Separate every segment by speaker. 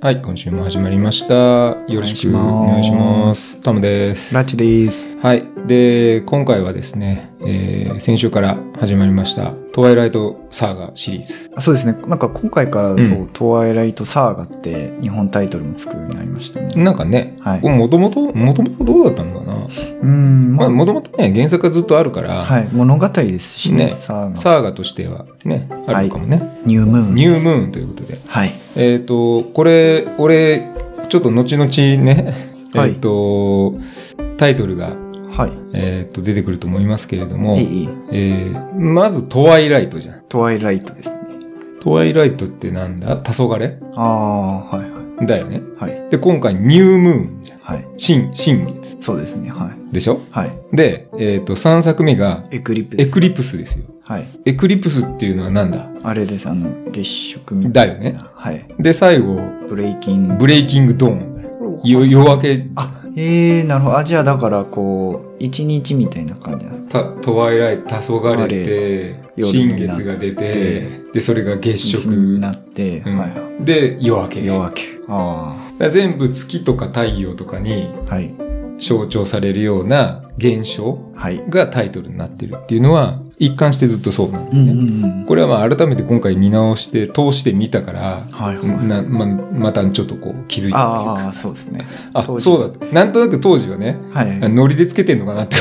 Speaker 1: はい、今週も始まりました。よろしくお願いします。タムです。
Speaker 2: ラッチです。
Speaker 1: はい。で、今回はですね、えー先週から始まりました、トワイライトサーガシリーズ。
Speaker 2: あそうですね。なんか今回から、
Speaker 1: ん
Speaker 2: そう、トワイライトサーガって日本タイトルもつくようになりましたね。
Speaker 1: なんかね、
Speaker 2: はい
Speaker 1: これもともと、もともとどうだったのかな
Speaker 2: うん、
Speaker 1: ま
Speaker 2: ま
Speaker 1: あ、
Speaker 2: あ、
Speaker 1: もともとね、原作がずっとあるから、
Speaker 2: はい、物語ですしね、
Speaker 1: ね
Speaker 2: サーガ。
Speaker 1: サーガとしてはね、あるかもね。
Speaker 2: ニュームーン。
Speaker 1: ニュームーンということで。
Speaker 2: はい。
Speaker 1: えっ、と、これ、俺、ちょっと後々ね、
Speaker 2: はい
Speaker 1: えっと、タイトルが、
Speaker 2: はい。
Speaker 1: えっ、と、出てくると思いますけれども、
Speaker 2: えいえい
Speaker 1: えーまずトワイライトじゃん。
Speaker 2: トワイライトですね。
Speaker 1: トワイライトってなんだ黄昏
Speaker 2: ああー、はい
Speaker 1: だよね。
Speaker 2: はい。はい。
Speaker 1: で、今回ニュームーンじゃん。
Speaker 2: はい。
Speaker 1: 新、新月。
Speaker 2: そうですね。はい。
Speaker 1: でしょ
Speaker 2: はい。
Speaker 1: で、えっ、と、3作目が
Speaker 2: エクリプス。
Speaker 1: エクリプスですよ。
Speaker 2: はい。
Speaker 1: エクリプスっていうのはなんだ
Speaker 2: あれです。あの、月食みたいな。
Speaker 1: だよね
Speaker 2: はい。
Speaker 1: で、最後、
Speaker 2: ブレイキン。
Speaker 1: ブレイキングドーンだよ。よ夜明け、
Speaker 2: あ、えー、なるほど。アジアだから、こう、一日みたいな感じなんです
Speaker 1: たトワイライト、黄昏れ
Speaker 2: あれ
Speaker 1: て、新月が出
Speaker 2: 夜
Speaker 1: て
Speaker 2: に、
Speaker 1: で、それが月食。
Speaker 2: になって、
Speaker 1: うん
Speaker 2: はいはい。
Speaker 1: で、夜明け。
Speaker 2: 夜明け。あ
Speaker 1: だから全部月とか太陽とかに
Speaker 2: あ。はい。
Speaker 1: 象徴されるような現象
Speaker 2: はい。
Speaker 1: がタイトルになってるっていうのは一貫してずっとそうなんだ
Speaker 2: うん
Speaker 1: よ
Speaker 2: う
Speaker 1: ね。
Speaker 2: んうん。
Speaker 1: これはまあ改めて今回見直して通してみたから、
Speaker 2: はいはい。
Speaker 1: なままたちょっとこう気づいたという
Speaker 2: あ
Speaker 1: か
Speaker 2: あ、そうですね。
Speaker 1: あ
Speaker 2: 当時
Speaker 1: そうだなんとなく当時はね
Speaker 2: はい。
Speaker 1: あノリでつけてんのかな って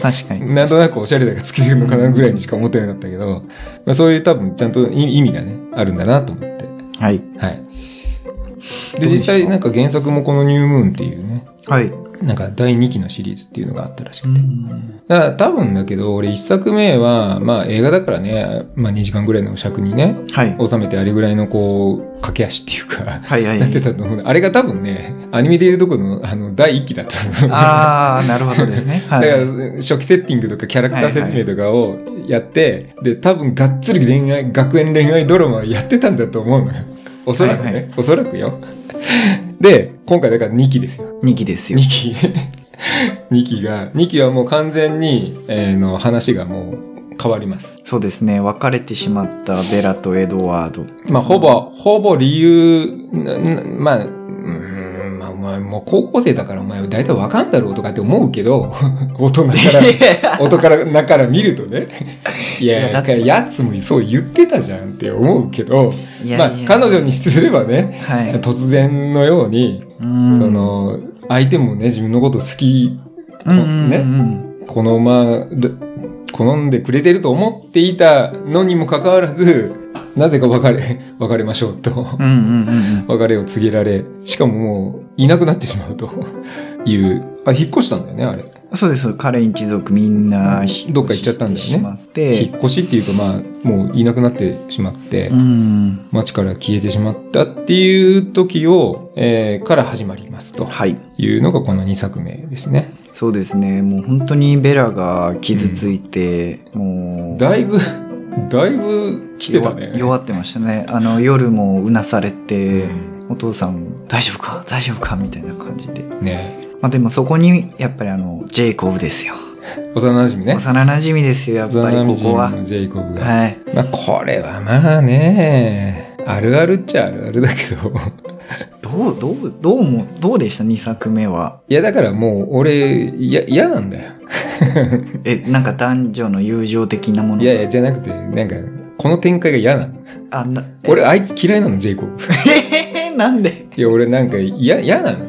Speaker 2: 確かに。
Speaker 1: なんとなくおしゃれだからつけてるのかなぐらいにしか思ってなかったけど、まあ、そういう多分ちゃんと意意味がねあるんだなと思って
Speaker 2: はい。
Speaker 1: はい
Speaker 2: ど
Speaker 1: で
Speaker 2: うで
Speaker 1: 実
Speaker 2: した
Speaker 1: 際なんか原作もこの「ニュームーン」っていうね
Speaker 2: はい。
Speaker 1: なんか第2期のシリーズっていうのがあったらしくて、だから多分だけど、俺一作目は、まあ映画だからね、まあ2時間ぐらいの尺にね、
Speaker 2: はい。
Speaker 1: 収めてあれぐらいのこう、駆け足っていうか、
Speaker 2: はいはい。
Speaker 1: なってたと思う。あれが多分ね、アニメでいうとこの、あの、第一期だったの。
Speaker 2: ああ、なるほど ですね。
Speaker 1: だ
Speaker 2: は
Speaker 1: か
Speaker 2: い。
Speaker 1: ら、初期セッティングとかキャラクター説明とかをやって、で、多分がっつり恋愛、学園恋愛ドラマやってたんだと思うのよ。おそらくね、
Speaker 2: はいはい
Speaker 1: おそらくよ。で、今回だから2期ですよ。
Speaker 2: 二期ですよ
Speaker 1: 2。期2期が2期はもう完全に、えーの話がもう変わります
Speaker 2: そうですね。別れてしまったベラとエドワード。
Speaker 1: まあほぼほぼ理由ななまあうーんまあお前もう高校生だからお前大体わかんだろうとかって思うけど 大人か
Speaker 2: その。
Speaker 1: ら大人からだから見ると ねい
Speaker 2: い
Speaker 1: や
Speaker 2: やだ
Speaker 1: だ
Speaker 2: っ
Speaker 1: から
Speaker 2: て
Speaker 1: やつもそう言ってたじゃんって思うけど
Speaker 2: いやいや
Speaker 1: まあ彼女にすればね
Speaker 2: はい。
Speaker 1: 突然のように、そ
Speaker 2: そ、
Speaker 1: の相手もね自分のこと好き
Speaker 2: うんうんうん
Speaker 1: ね
Speaker 2: うん。
Speaker 1: このまる好んでくれてると思っていたのにもかかわらず、なぜか別れ、別れましょうと、
Speaker 2: うんうんうんうん。
Speaker 1: 別れを告げられ、しかももういなくなってしまうという、あ、引っ越したんだよね、あれ。
Speaker 2: そうです。彼一族みんな
Speaker 1: どっか行っちゃったんだよね
Speaker 2: 引越してしまって
Speaker 1: 引っ越しっていうか、まあ、もういなくなってしまって
Speaker 2: う、ん。
Speaker 1: 街から消えてしまったっていう時を、えーから始まりますと
Speaker 2: はい。
Speaker 1: いうのがこの2作目ですね。
Speaker 2: そうですね。もう本当にベラが傷ついて、もう。
Speaker 1: だいぶ、だいぶ来てたね
Speaker 2: 弱。弱ってましたね。あの、夜もうなされて、
Speaker 1: うん
Speaker 2: お父さんも大丈夫か大丈夫かみたいな感じで。
Speaker 1: ね
Speaker 2: まあでもそこに、やっぱりあの、ジェイコブですよ。
Speaker 1: 幼馴染ね。
Speaker 2: 幼馴染ですよ、やっぱり
Speaker 1: 幼馴
Speaker 2: ここ
Speaker 1: 染
Speaker 2: は。
Speaker 1: のジェイコブが。
Speaker 2: はい。
Speaker 1: まあ、これはまあね、あるあるっちゃあるあるだけど。
Speaker 2: どう、どう、どうも、どうでした ?2 作目は。
Speaker 1: いや、だからもう、俺、いや、嫌なんだよ。
Speaker 2: え、なんか男女の友情的なもの
Speaker 1: いやいや、じゃなくて、なんか、この展開が嫌なの。
Speaker 2: あ、な、
Speaker 1: 俺、あいつ嫌いなの、ジェイコ ブ。
Speaker 2: え、なんで
Speaker 1: いや、俺なんか、嫌、嫌なのよ。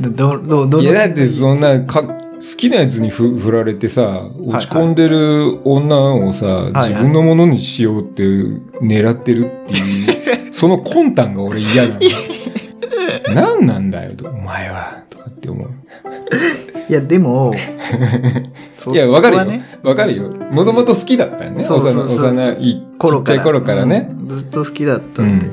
Speaker 2: ど、ど、ど、
Speaker 1: いや、だ
Speaker 2: の
Speaker 1: ってそんな、か、好きなやつにふ振られてさ、落ち込んでる女をさ、
Speaker 2: はい
Speaker 1: 自分のものにしようって狙ってるって いう、その魂胆が俺嫌なんだ。何なんだよ、とお前は。とかって思う。
Speaker 2: いや、でも、そ
Speaker 1: いや、わかる
Speaker 2: そこは
Speaker 1: よ
Speaker 2: ね。
Speaker 1: わかるよ。もともと好きだったよね。
Speaker 2: そうそうそう
Speaker 1: 幼い、ちっちゃい頃からね。
Speaker 2: うんずっと好きだった
Speaker 1: うん
Speaker 2: で。
Speaker 1: ん。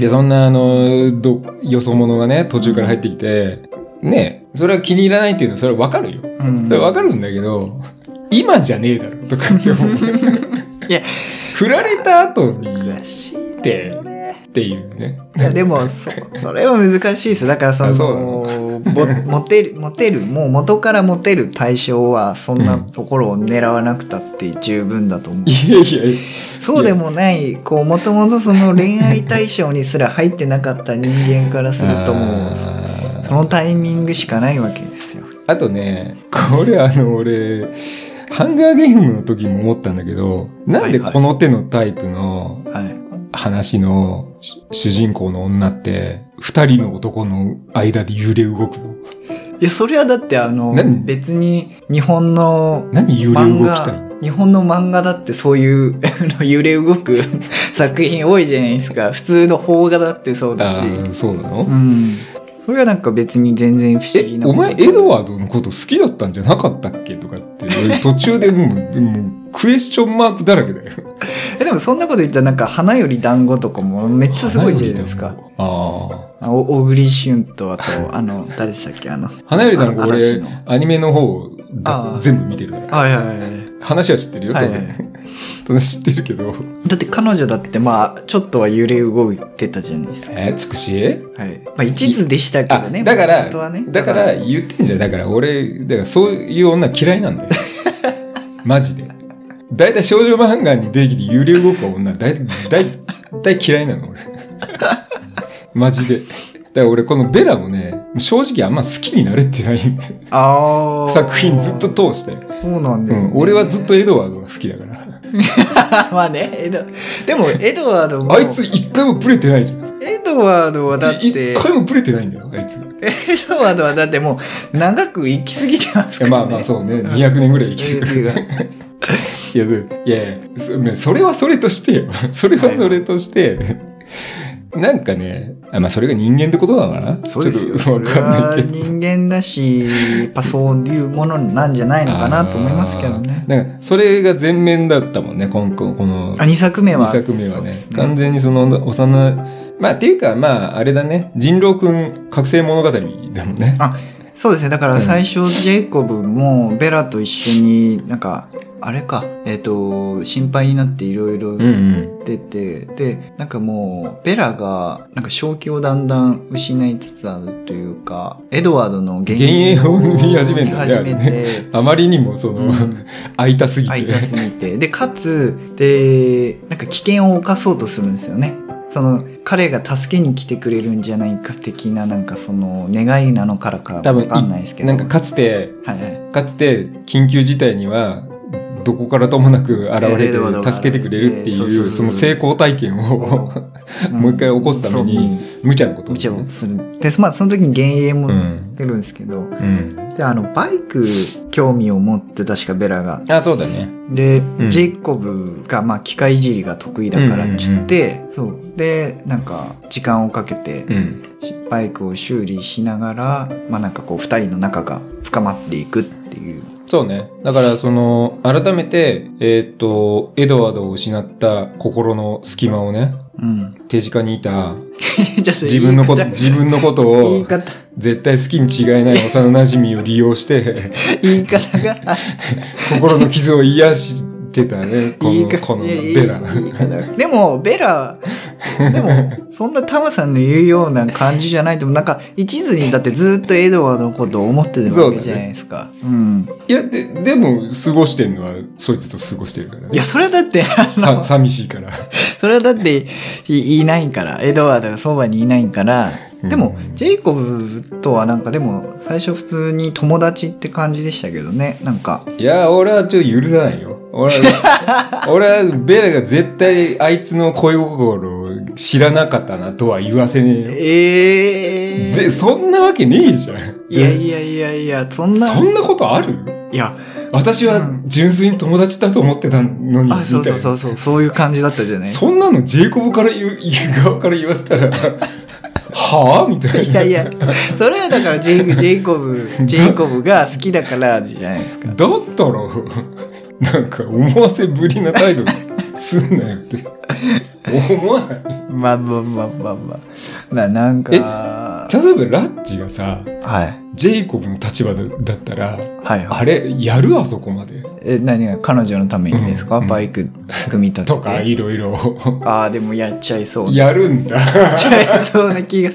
Speaker 1: で、そんな、あの、ど、よそ者がね、途中から入ってきて、ねそれは気に入らないっていうのは、それはわかるよ。
Speaker 2: うん
Speaker 1: それはわかるんだけど、今じゃねえだろ、とかって思う。
Speaker 2: いや、
Speaker 1: 振られた後に、
Speaker 2: 悔しい
Speaker 1: って、っていうね。
Speaker 2: いやでもそそれは難しいですよだからそ
Speaker 1: あ
Speaker 2: の
Speaker 1: そうな
Speaker 2: ぼモテるモテるもう元からモテる対象はそんなところを狙わなくたって十分だと思う、
Speaker 1: いやいや、
Speaker 2: そうでもないこうもともとその恋愛対象にすら入ってなかった人間からするともう
Speaker 1: あー
Speaker 2: そのタイミングしかないわけですよ
Speaker 1: あとね、これあの俺、ハンガーゲームの時も思ったんだけど、なんで
Speaker 2: はいはい
Speaker 1: この手のタイプの
Speaker 2: はい
Speaker 1: 話のし主人公の女って、二人の男の間で幽霊動くの
Speaker 2: いやそれはだってあの
Speaker 1: 何
Speaker 2: 別に日本の
Speaker 1: 何幽霊
Speaker 2: 漫
Speaker 1: 動きたい
Speaker 2: 画日本の漫画だってそういう あの揺れ動く 作品多いじゃないですか普通の邦画だってそうだし
Speaker 1: ああ、そうなの、
Speaker 2: うんそれはなんか別に全然不思議
Speaker 1: え、
Speaker 2: な
Speaker 1: お前エド
Speaker 2: は
Speaker 1: ワードのこと好きだったんじゃなかったっけとかって、俺途中でもう、でもクエスチョンマークだらけだよ。
Speaker 2: えでもそんなこと言ったらなんか「花より団子とかもめっちゃすごいじゃないですか。
Speaker 1: ああ。
Speaker 2: あお小栗旬とあと あの誰でしたっけあの
Speaker 1: 花より団子
Speaker 2: あ
Speaker 1: 俺
Speaker 2: 嵐の、
Speaker 1: アニメの方
Speaker 2: あ
Speaker 1: だ
Speaker 2: あ
Speaker 1: 全部見てるから。
Speaker 2: はいはいはい
Speaker 1: 話は知ってるよ、当
Speaker 2: はい
Speaker 1: 然。
Speaker 2: はい
Speaker 1: 当然知ってるけど。
Speaker 2: だって彼女だってまあちょっとは揺れ動いてたじゃないですか
Speaker 1: えー、つくし
Speaker 2: はいまあ一途でしたけ
Speaker 1: あ、
Speaker 2: どね
Speaker 1: だから、
Speaker 2: 元々はね
Speaker 1: だから言ってんじゃん。だから俺、だからそういう女嫌いなん だよ。マジで。だいたい少女漫画に出てきて幽霊動く女、だいたい、だい嫌いなの、 俺。マジで。だから俺このベラもね、正直あんま好きになれてないんだよ
Speaker 2: あー
Speaker 1: 作品ずっと通して。
Speaker 2: そうなんだ
Speaker 1: う
Speaker 2: よね、
Speaker 1: ん、俺はずっとエドワードが好きだから。
Speaker 2: まあねエド でもエドワードも
Speaker 1: あいつ一回もブレてないじゃん。
Speaker 2: エドワードはだっ
Speaker 1: 一
Speaker 2: て
Speaker 1: 回もブレてないんだよ、あいつ。い
Speaker 2: エドワードはだってもう長く生きすぎてますか
Speaker 1: や
Speaker 2: ら、ね、
Speaker 1: まあまあそうね、200年ぐらい生きてくる。
Speaker 2: AD が
Speaker 1: いや、いやいやそねそれはそれとして よ、それはそれとして、なんかね、あまあそれが人間ってことなのかな
Speaker 2: そうですよ
Speaker 1: ちょっとわかんないけど。
Speaker 2: 人間だしやっぱそういうものなんじゃないのかなと思いますけどね
Speaker 1: あーなんか、それが全面だったもんね、今回、この
Speaker 2: あ二作目は
Speaker 1: 2作目は
Speaker 2: そう
Speaker 1: ね
Speaker 2: です
Speaker 1: 完全にその幼いまあっていうかまああれだね人狼くん覚醒物語だもんね
Speaker 2: あそうですねだか
Speaker 1: うん
Speaker 2: ら最初ジェイコブもベラと一緒になんかあれかえっ、と心配になっていろいろ
Speaker 1: うんうん
Speaker 2: 出てでなんかもうベラがなんか正気をだんだん失いつつあるというかエドワードの幻
Speaker 1: 幻影を見始め
Speaker 2: 見
Speaker 1: たん
Speaker 2: 始
Speaker 1: だよね
Speaker 2: め て。
Speaker 1: あまりにもその、
Speaker 2: うん
Speaker 1: 空いたすぎて
Speaker 2: 空いたすぎてでかつでなんか危険を冒そうとするんですよねその彼が助けに来てくれるんじゃないか的ななんかその願いなのからか
Speaker 1: 多分
Speaker 2: 分かんないですけど
Speaker 1: なんかかつて
Speaker 2: はいはい
Speaker 1: かつて緊急事態にはどこからともなく現れ
Speaker 2: エドワード
Speaker 1: て
Speaker 2: が
Speaker 1: 助けてくれるって
Speaker 2: そう
Speaker 1: い
Speaker 2: そう
Speaker 1: う
Speaker 2: そ
Speaker 1: そうの成功体験をもう一回起こすために無茶なこと
Speaker 2: 無茶
Speaker 1: う
Speaker 2: を
Speaker 1: ん
Speaker 2: するでまあその時に幻影
Speaker 1: う
Speaker 2: も
Speaker 1: ん、
Speaker 2: 出るんですけど、であのバイク興味を持って確かベラが
Speaker 1: あそうだね
Speaker 2: で、
Speaker 1: ん
Speaker 2: ジェイコブがまあ機械いじりが得意だからっつって、そうでなんか時間をかけて
Speaker 1: うん
Speaker 2: バイクを修理しながらまあなんかこう2人の仲が深まっていくっていう
Speaker 1: そうね。だから、その、改めて、えーっと、エドワードを失った心の隙間をね、
Speaker 2: うん
Speaker 1: 手近にいた、
Speaker 2: じゃあそ れ
Speaker 1: 自分のこと、
Speaker 2: 言い方
Speaker 1: 自分のこと
Speaker 2: 言い
Speaker 1: を、
Speaker 2: 方
Speaker 1: 絶対好きに違いない幼馴染を利用して、
Speaker 2: 言い方が
Speaker 1: 心の傷を癒してたね、こ
Speaker 2: 言い
Speaker 1: の、
Speaker 2: 方
Speaker 1: この
Speaker 2: いやい
Speaker 1: ベ
Speaker 2: や
Speaker 1: ラ。
Speaker 2: 言い方がでもベラでもそんなタムさんの言うような感じじゃないと思うなんか一途にだってずっとエドワードのことを思ってたわけじゃないですかう,、ん
Speaker 1: いや、で、でも、過ごしてんのは、そいつと過ごしてるから
Speaker 2: い
Speaker 1: ね
Speaker 2: や。それはだって あ
Speaker 1: さ
Speaker 2: の
Speaker 1: 寂しいから。
Speaker 2: それはだっていいないからエドワードがそばにいないからでも、
Speaker 1: うん
Speaker 2: ジェイコブとはなんかでも最初普通に友達って感じでしたけどねなんか
Speaker 1: いや、俺はちょっと許さないよ。俺は、 俺はベラが絶対あいつの恋心を知らなかったなとは言わせねえ
Speaker 2: え
Speaker 1: よ。
Speaker 2: え
Speaker 1: ぜ、そんなわけねえじゃん。
Speaker 2: いやいやいやいやそんな
Speaker 1: そんなことある
Speaker 2: いや
Speaker 1: 私は純粋に友達だと思ってたのに。。
Speaker 2: あそうそうそううそうそういう感じだったじゃない
Speaker 1: そんなのジェイコブから言う、言う側から言わせ たら、はぁみたいな。
Speaker 2: いやいや、それはだからジェイジェイコ ブ、ジェイコブが好きだからじゃないですか。
Speaker 1: だったら、 なんか思わせぶりな態度すんなよって。思わない
Speaker 2: まあまあまあまあまあ。ななんか、
Speaker 1: え例えばラッチがさ
Speaker 2: はい
Speaker 1: ジェイコブの立場だだったら
Speaker 2: はいはい
Speaker 1: あれやるあそこまで
Speaker 2: え何が彼女のためにですか、
Speaker 1: うん
Speaker 2: バイク組み立てて
Speaker 1: とかいろいろ
Speaker 2: ああでもやっちゃいそう
Speaker 1: やるんだ
Speaker 2: ちゃいそうな気 がい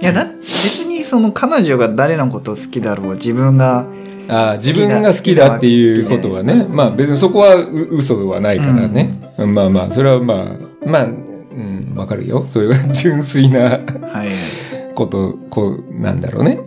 Speaker 2: やだ別にその彼女が誰のことを好きだろう自分が
Speaker 1: あ自分が好きだっていうことはねまあ別にそこはう嘘はないからね、まあまあそれはまあまあうんわかるよそれは純粋な
Speaker 2: はい、
Speaker 1: ことこうなんだろうね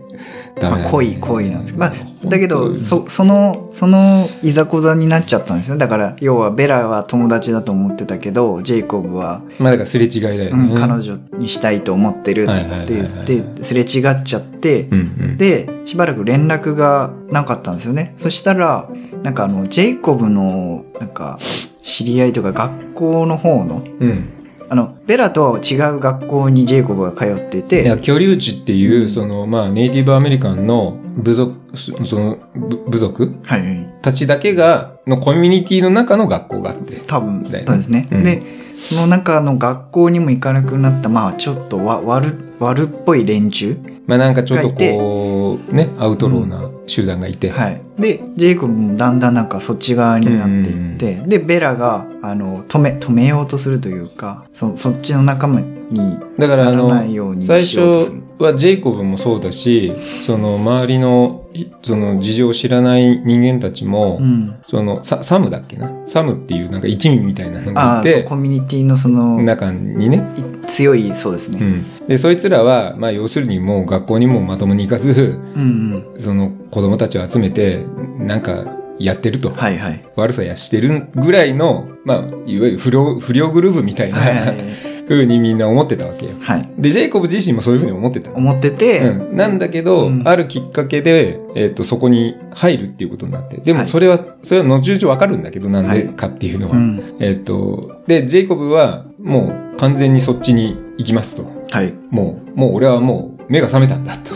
Speaker 1: ダメ
Speaker 2: まあ、恋恋なんですけど、まあ、だけど
Speaker 1: そ
Speaker 2: そそのそのいざこざになっちゃったんですねだから要はベラは友達だと思ってたけどジェイコブは、
Speaker 1: まあだからすれ違いだよ
Speaker 2: う
Speaker 1: ね、
Speaker 2: ん、彼女にしたいと思ってるって言っ
Speaker 1: はいはいはいは
Speaker 2: てすれ違っちゃって、
Speaker 1: うんうん
Speaker 2: でしばらく連絡がなかったんですよねそしたらなんかあのジェイコブのなんか知り合いとか学校の方の
Speaker 1: うん、
Speaker 2: あのベラとは違う学校にジェイコブが通って
Speaker 1: いや
Speaker 2: て
Speaker 1: 居留地っていう、
Speaker 2: うん
Speaker 1: そのまあネイティブアメリカンの部族そその部部族
Speaker 2: はいはい
Speaker 1: たちだけがのコミュニティの中の学校があって
Speaker 2: 多分
Speaker 1: だよね
Speaker 2: そうですね、
Speaker 1: うん
Speaker 2: でその中の学校にも行かなくなったまあちょっとわ悪悪っぽい連中
Speaker 1: まあなんかちょっと
Speaker 2: がいて
Speaker 1: こうねアウトローな集団がいて、
Speaker 2: はいでジェイコブもだんだんなんかそっち側になっていって、でベラがあの止め止めようとするというかそそっちの仲間に
Speaker 1: だからあ
Speaker 2: なら
Speaker 1: の
Speaker 2: ないように
Speaker 1: 最
Speaker 2: しようとす
Speaker 1: 初
Speaker 2: る。
Speaker 1: はジェイコブもそうだしその周りのいその事情を知らない人間たちも、
Speaker 2: うん、
Speaker 1: そのササムだっけなサムっていうなんか一味みたいなのがい
Speaker 2: ああそう
Speaker 1: て
Speaker 2: コミュニティのそのい
Speaker 1: 中にね、
Speaker 2: 強いそうです
Speaker 1: う
Speaker 2: ね。
Speaker 1: ん、でそいつらは、まあ、要するにもう学校にもまともに行かず
Speaker 2: うん、うん、
Speaker 1: その子供たちを集めてなんかやってると、
Speaker 2: はいはい。
Speaker 1: 悪さやしてるぐらいの、まあ、いわゆる不良不良グループみたいな、
Speaker 2: はいはい
Speaker 1: 風にみんな思ってたわけよ。
Speaker 2: はい。
Speaker 1: でジェイコブ自身もそういう風に思ってたの。
Speaker 2: 思ってて、
Speaker 1: うん、なんだけど、
Speaker 2: うん
Speaker 1: あるきっかけで、えっとそこに入るっていうことになってで
Speaker 2: は
Speaker 1: も
Speaker 2: い
Speaker 1: それは、それは後々わかるんだけどなんでかっていうのは、
Speaker 2: うん
Speaker 1: えっ、とでジェイコブはもう完全にそっちに行きますと
Speaker 2: はい。
Speaker 1: もうもう俺はもう目が覚めたんだと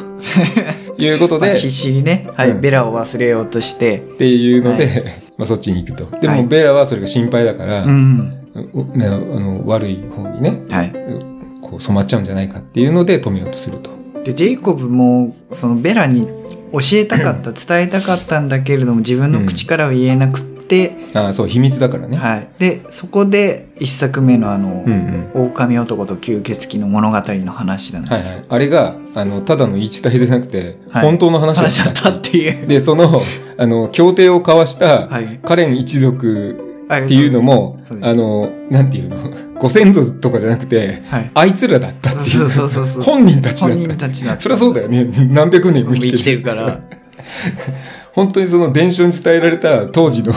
Speaker 1: いうこと
Speaker 2: まあ
Speaker 1: で
Speaker 2: 必死にね、はい、
Speaker 1: うん
Speaker 2: ベラを忘れようとして、
Speaker 1: っていうので、
Speaker 2: は
Speaker 1: まあ、そっちに行くとで
Speaker 2: は
Speaker 1: も
Speaker 2: い
Speaker 1: ベラはそれが心配だから、
Speaker 2: うん、
Speaker 1: うねあの悪い方にね
Speaker 2: はい。
Speaker 1: こう染まっちゃうんじゃないかっていうので止めようとすると。
Speaker 2: で、ジェイコブも、そのベラに教えたかった、伝えたかったんだけれども、自分の口からは言えなくって、
Speaker 1: ああそう秘密だからね。
Speaker 2: はい。で、そこで、一作目のあの、
Speaker 1: うんうん
Speaker 2: 狼男と吸血鬼の物語の話なんです。
Speaker 1: はいはい、あれがあのただの言い伝えじゃなくて、
Speaker 2: はい
Speaker 1: 本当の話だっ
Speaker 2: 話だ
Speaker 1: た
Speaker 2: ったっていう。
Speaker 1: でそ のあの協定を交わした、
Speaker 2: はい。
Speaker 1: カレン一族
Speaker 2: あ
Speaker 1: っていうのも
Speaker 2: そうです
Speaker 1: あのなんていうの ご先祖とかじゃなくて
Speaker 2: はい。
Speaker 1: あいつらだったってい
Speaker 2: そううそうそうそう。
Speaker 1: 本人たちだ
Speaker 2: 本
Speaker 1: っ
Speaker 2: 人
Speaker 1: た
Speaker 2: たちな
Speaker 1: そりゃそうだよね何百年も
Speaker 2: 生
Speaker 1: 生
Speaker 2: き
Speaker 1: き
Speaker 2: て
Speaker 1: て
Speaker 2: る
Speaker 1: る
Speaker 2: から。
Speaker 1: 本当にその伝承に伝えられた当 時の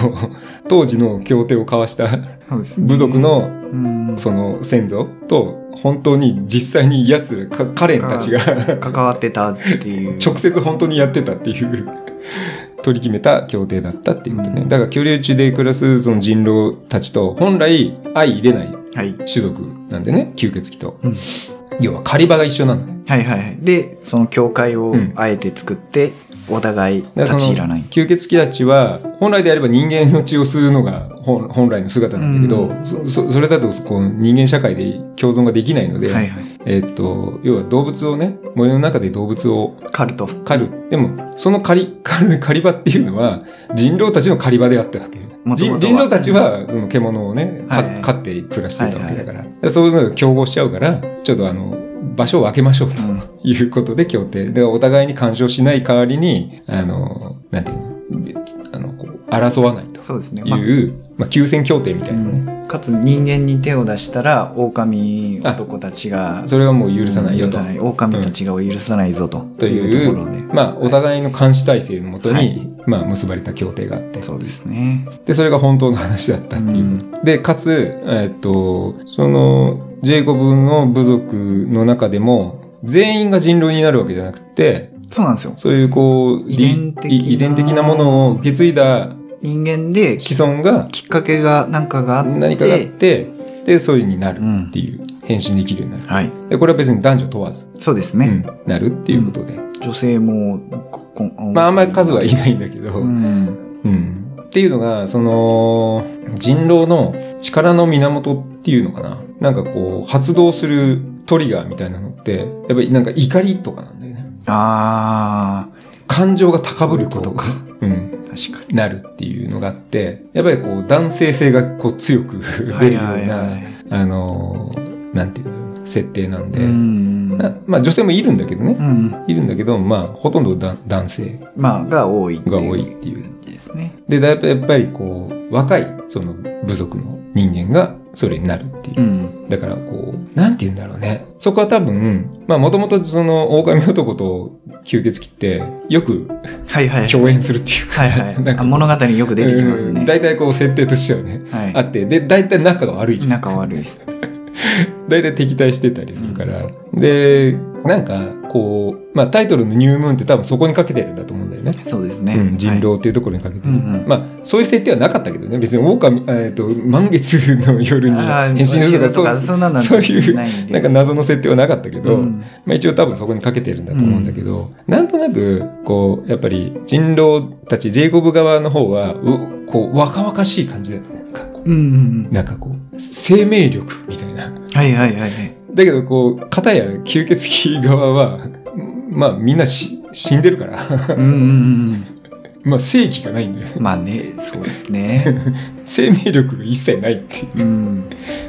Speaker 1: 当時の協定を交わした
Speaker 2: そうですね
Speaker 1: 部族、の
Speaker 2: うん、
Speaker 1: その先祖と本当に実際にやつらかカレンたちが
Speaker 2: 関わってたっていう。
Speaker 1: 直接本当にやってたっていう取り決めた協定だったっていうことね、
Speaker 2: うん
Speaker 1: だから居留地で暮らすその人狼たちと本来相入れない
Speaker 2: はい。
Speaker 1: 種族なんでね吸血鬼と、
Speaker 2: うん
Speaker 1: 要は狩り場が一緒なんだよ
Speaker 2: はいはいはい。で、その教会を
Speaker 1: うん
Speaker 2: あえて作って、お互い
Speaker 1: だか
Speaker 2: 立
Speaker 1: らそ
Speaker 2: ち
Speaker 1: の
Speaker 2: 入らない。
Speaker 1: 吸血鬼たちは本来であれば人間の血を吸うのが本本来の姿なんだけど、
Speaker 2: う
Speaker 1: そそそれだとこう人間社会で共存ができないので、
Speaker 2: はいはい。
Speaker 1: えっと要は動物をね森の中で動物を
Speaker 2: カルト。
Speaker 1: 狩る。でも、その狩り、狩る、狩り場っていうのは、人狼たちの狩り場であったわけ。
Speaker 2: 々は
Speaker 1: 人人狼たちは、その獣をね、か
Speaker 2: はい
Speaker 1: 飼って暮らしてたわけだから。でそういうのが競合しちゃうから、ちょっとあの、場所を分けましょうと
Speaker 2: うん
Speaker 1: いうことで協定。で、お互いに干渉しない代わりに、あの、なんていうの、別あの、こう争わないと
Speaker 2: そうですね。まあ
Speaker 1: いう、まあ、休戦協定みた
Speaker 2: う
Speaker 1: いなね。
Speaker 2: んかつ人間に手を出したら狼男たちが
Speaker 1: それはもう許さないよと
Speaker 2: 許。狼たちが許さないぞと,、
Speaker 1: と
Speaker 2: いう
Speaker 1: い
Speaker 2: ところで
Speaker 1: う、まあ、お互いの監視体制のもとに、
Speaker 2: はい
Speaker 1: まあ、結ばれた協定があって。
Speaker 2: そうですね
Speaker 1: でそれが本当の話だったっていう。
Speaker 2: うん
Speaker 1: でかつ、えっとそのジェイコブの部族の中でも全員が人狼になるわけじゃなくて
Speaker 2: そうなんですよ
Speaker 1: そういうこう
Speaker 2: 遺伝的な
Speaker 1: り遺伝的なものを受け継いだ
Speaker 2: 人間でき
Speaker 1: 子孫が
Speaker 2: きっかけが何かがあって
Speaker 1: 何かがあってでそういうになる
Speaker 2: うん
Speaker 1: っていう、変身できるようにな
Speaker 2: はい
Speaker 1: るでこれは別に男女問わず、
Speaker 2: そうですね、
Speaker 1: うんなるっていうことで、
Speaker 2: 女性もここ
Speaker 1: まああんまり数はいないんだけど、
Speaker 2: うん
Speaker 1: うんっていうのが、その、人狼の力の源っていうのかな。なんかこう、発動するトリガーみたいなのって、やっぱりなんか怒りとかなんだよね。
Speaker 2: ああ
Speaker 1: 感情が高ぶる
Speaker 2: そういうことか。
Speaker 1: うん。
Speaker 2: 確かに
Speaker 1: なるっていうのがあって、やっぱりこう男性性がこう強く 出るような、
Speaker 2: はいはいはい
Speaker 1: あのーなんていうの、設定なんで、
Speaker 2: うん
Speaker 1: なまあ女性もいるんだけどね。
Speaker 2: うん
Speaker 1: いるんだけど、まあほとんどだ男性。
Speaker 2: まあが多いっていう
Speaker 1: が多いっていう
Speaker 2: 感じですね
Speaker 1: で、だいぶやっぱりこう、若い、その部族の人間がそれになるっていう。
Speaker 2: うん
Speaker 1: だからこう、なんて言うんだろうね。そこは多分、まあもともとその狼男と吸血鬼ってよく
Speaker 2: はいはい
Speaker 1: 共演するっていうか。
Speaker 2: はいはい
Speaker 1: なんか
Speaker 2: あ物語によく出てきます
Speaker 1: うん
Speaker 2: ね
Speaker 1: 大体こう設定としてはね。
Speaker 2: は
Speaker 1: あって、で、大体仲が悪い
Speaker 2: い
Speaker 1: じゃん。
Speaker 2: 仲悪いです
Speaker 1: 大体敵対してたりするから。で、なんか、こう、まあタイトルのニュームーンって多分そこにかけてるんだと思うんだよね。
Speaker 2: そうですね
Speaker 1: うん、人
Speaker 2: はい
Speaker 1: 狼っていうところにかけてる、
Speaker 2: うんうん
Speaker 1: まあそういう設定はなかったけどね別に狼えっ、と満月の夜に
Speaker 2: あ
Speaker 1: 変
Speaker 2: ー
Speaker 1: 身するとか
Speaker 2: とか
Speaker 1: そう
Speaker 2: そんなの
Speaker 1: そういう
Speaker 2: ないんで
Speaker 1: なんか謎の設定はなかったけど、
Speaker 2: うん
Speaker 1: まあ、一応多分そこにかけてるんだと思うんだけど、なんとなくこうやっぱり人狼たちジェイコブ側の方はうこう若々しい感じだよねなんかこ
Speaker 2: うんうん
Speaker 1: うなんかこう生命力みたいな
Speaker 2: うんはいはいは いはい
Speaker 1: だけどこう片や吸血鬼側はまあみんなし死んでるから
Speaker 2: うんうんうん
Speaker 1: まあ正気がないんだよね
Speaker 2: うんまあねそうです ね
Speaker 1: 生命力が一切ないっていう。
Speaker 2: うん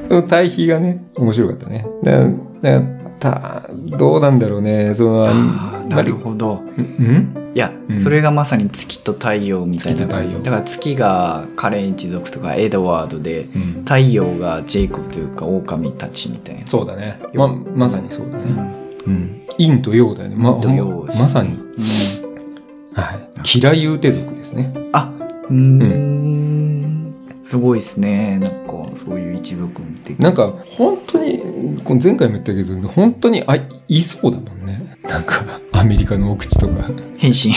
Speaker 1: その対比がね、面白かったね。だだたどうなんだろうね。その、
Speaker 2: ああなるほど
Speaker 1: ど。うん
Speaker 2: いや、
Speaker 1: うん
Speaker 2: それがまさに月と太陽みたいな
Speaker 1: 月と太陽
Speaker 2: だから月がカレン一族とかエドワードで
Speaker 1: うん。
Speaker 2: 太陽がジェイコブというか狼たちみたいな、
Speaker 1: そうだね。ま、まさにそうだ
Speaker 2: う
Speaker 1: ね。
Speaker 2: ん
Speaker 1: うん。陰と陽だよね。ま、
Speaker 2: 陰と陽ですね
Speaker 1: まさに。
Speaker 2: うん
Speaker 1: はい。嫌い手族ですね。
Speaker 2: あうーんすごいですねなんかそういう一族見て
Speaker 1: なんか、本当に、この前回も言ったけど、本当に、あ、いそうだもんね。なんか、アメリカの奥地とか。
Speaker 2: 変身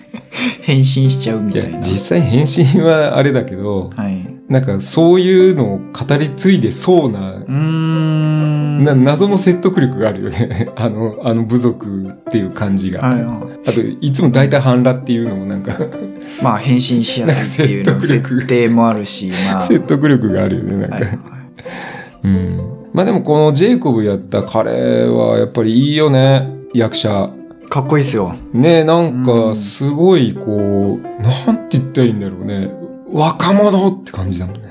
Speaker 2: 変身しちゃうみ
Speaker 1: い
Speaker 2: た
Speaker 1: や
Speaker 2: いな、
Speaker 1: 実際変身はあれだけど、
Speaker 2: はい、
Speaker 1: なんか、そういうのを語り継いでそうな
Speaker 2: うーん
Speaker 1: な謎の説得力があるよね あのあの部族っていう感じが、
Speaker 2: はいはい
Speaker 1: あといつも大体半裸っていうのもなんか
Speaker 2: まあ変身しやすいっていう
Speaker 1: な
Speaker 2: の
Speaker 1: んか説得力
Speaker 2: 設定もあるしまあ
Speaker 1: 説得力があるよねなんか、
Speaker 2: はいはい
Speaker 1: うんまあでもこのジェイコブやった彼はやっぱりいいよね役者
Speaker 2: かっこいいですよ
Speaker 1: ねなん
Speaker 2: う
Speaker 1: か
Speaker 2: ん
Speaker 1: すごいこう、なんて言ったらいいんだろうね若者って感じだも んね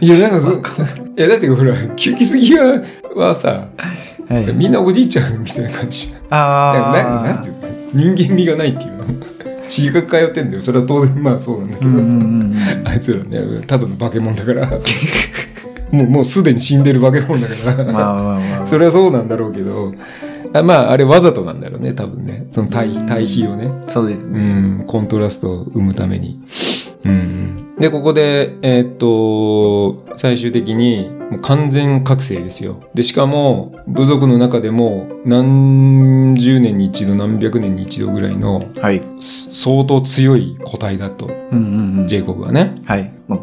Speaker 1: いやなんかそういやだってほら吸血鬼ははさ
Speaker 2: はい
Speaker 1: みんなおじいちゃんみたいな感じ
Speaker 2: あ
Speaker 1: な
Speaker 2: あ。
Speaker 1: なんていうの人間味がないっていうの血が通ってんだよそれは当然まあそうなんだけ
Speaker 2: う
Speaker 1: ど、
Speaker 2: んうんうんうん。
Speaker 1: あいつらねただの化け物だからもうもうすでに死んでる化け物だから、
Speaker 2: まあまあまあ。
Speaker 1: それはそうなんだろうけどあまああれわざとなんだろうね多分ねその対
Speaker 2: うん
Speaker 1: 対比をね、
Speaker 2: そうです
Speaker 1: う
Speaker 2: ね。
Speaker 1: ん、コントラストを生むために。うん、でここで、えーっと最終的にもう完全覚醒ですよでしかも部族の中でも何十年に一度何百年に一度ぐらいの
Speaker 2: はい。
Speaker 1: す相当強い個体だと
Speaker 2: うんうんうん。
Speaker 1: ジェイコブはね
Speaker 2: はい。まあ、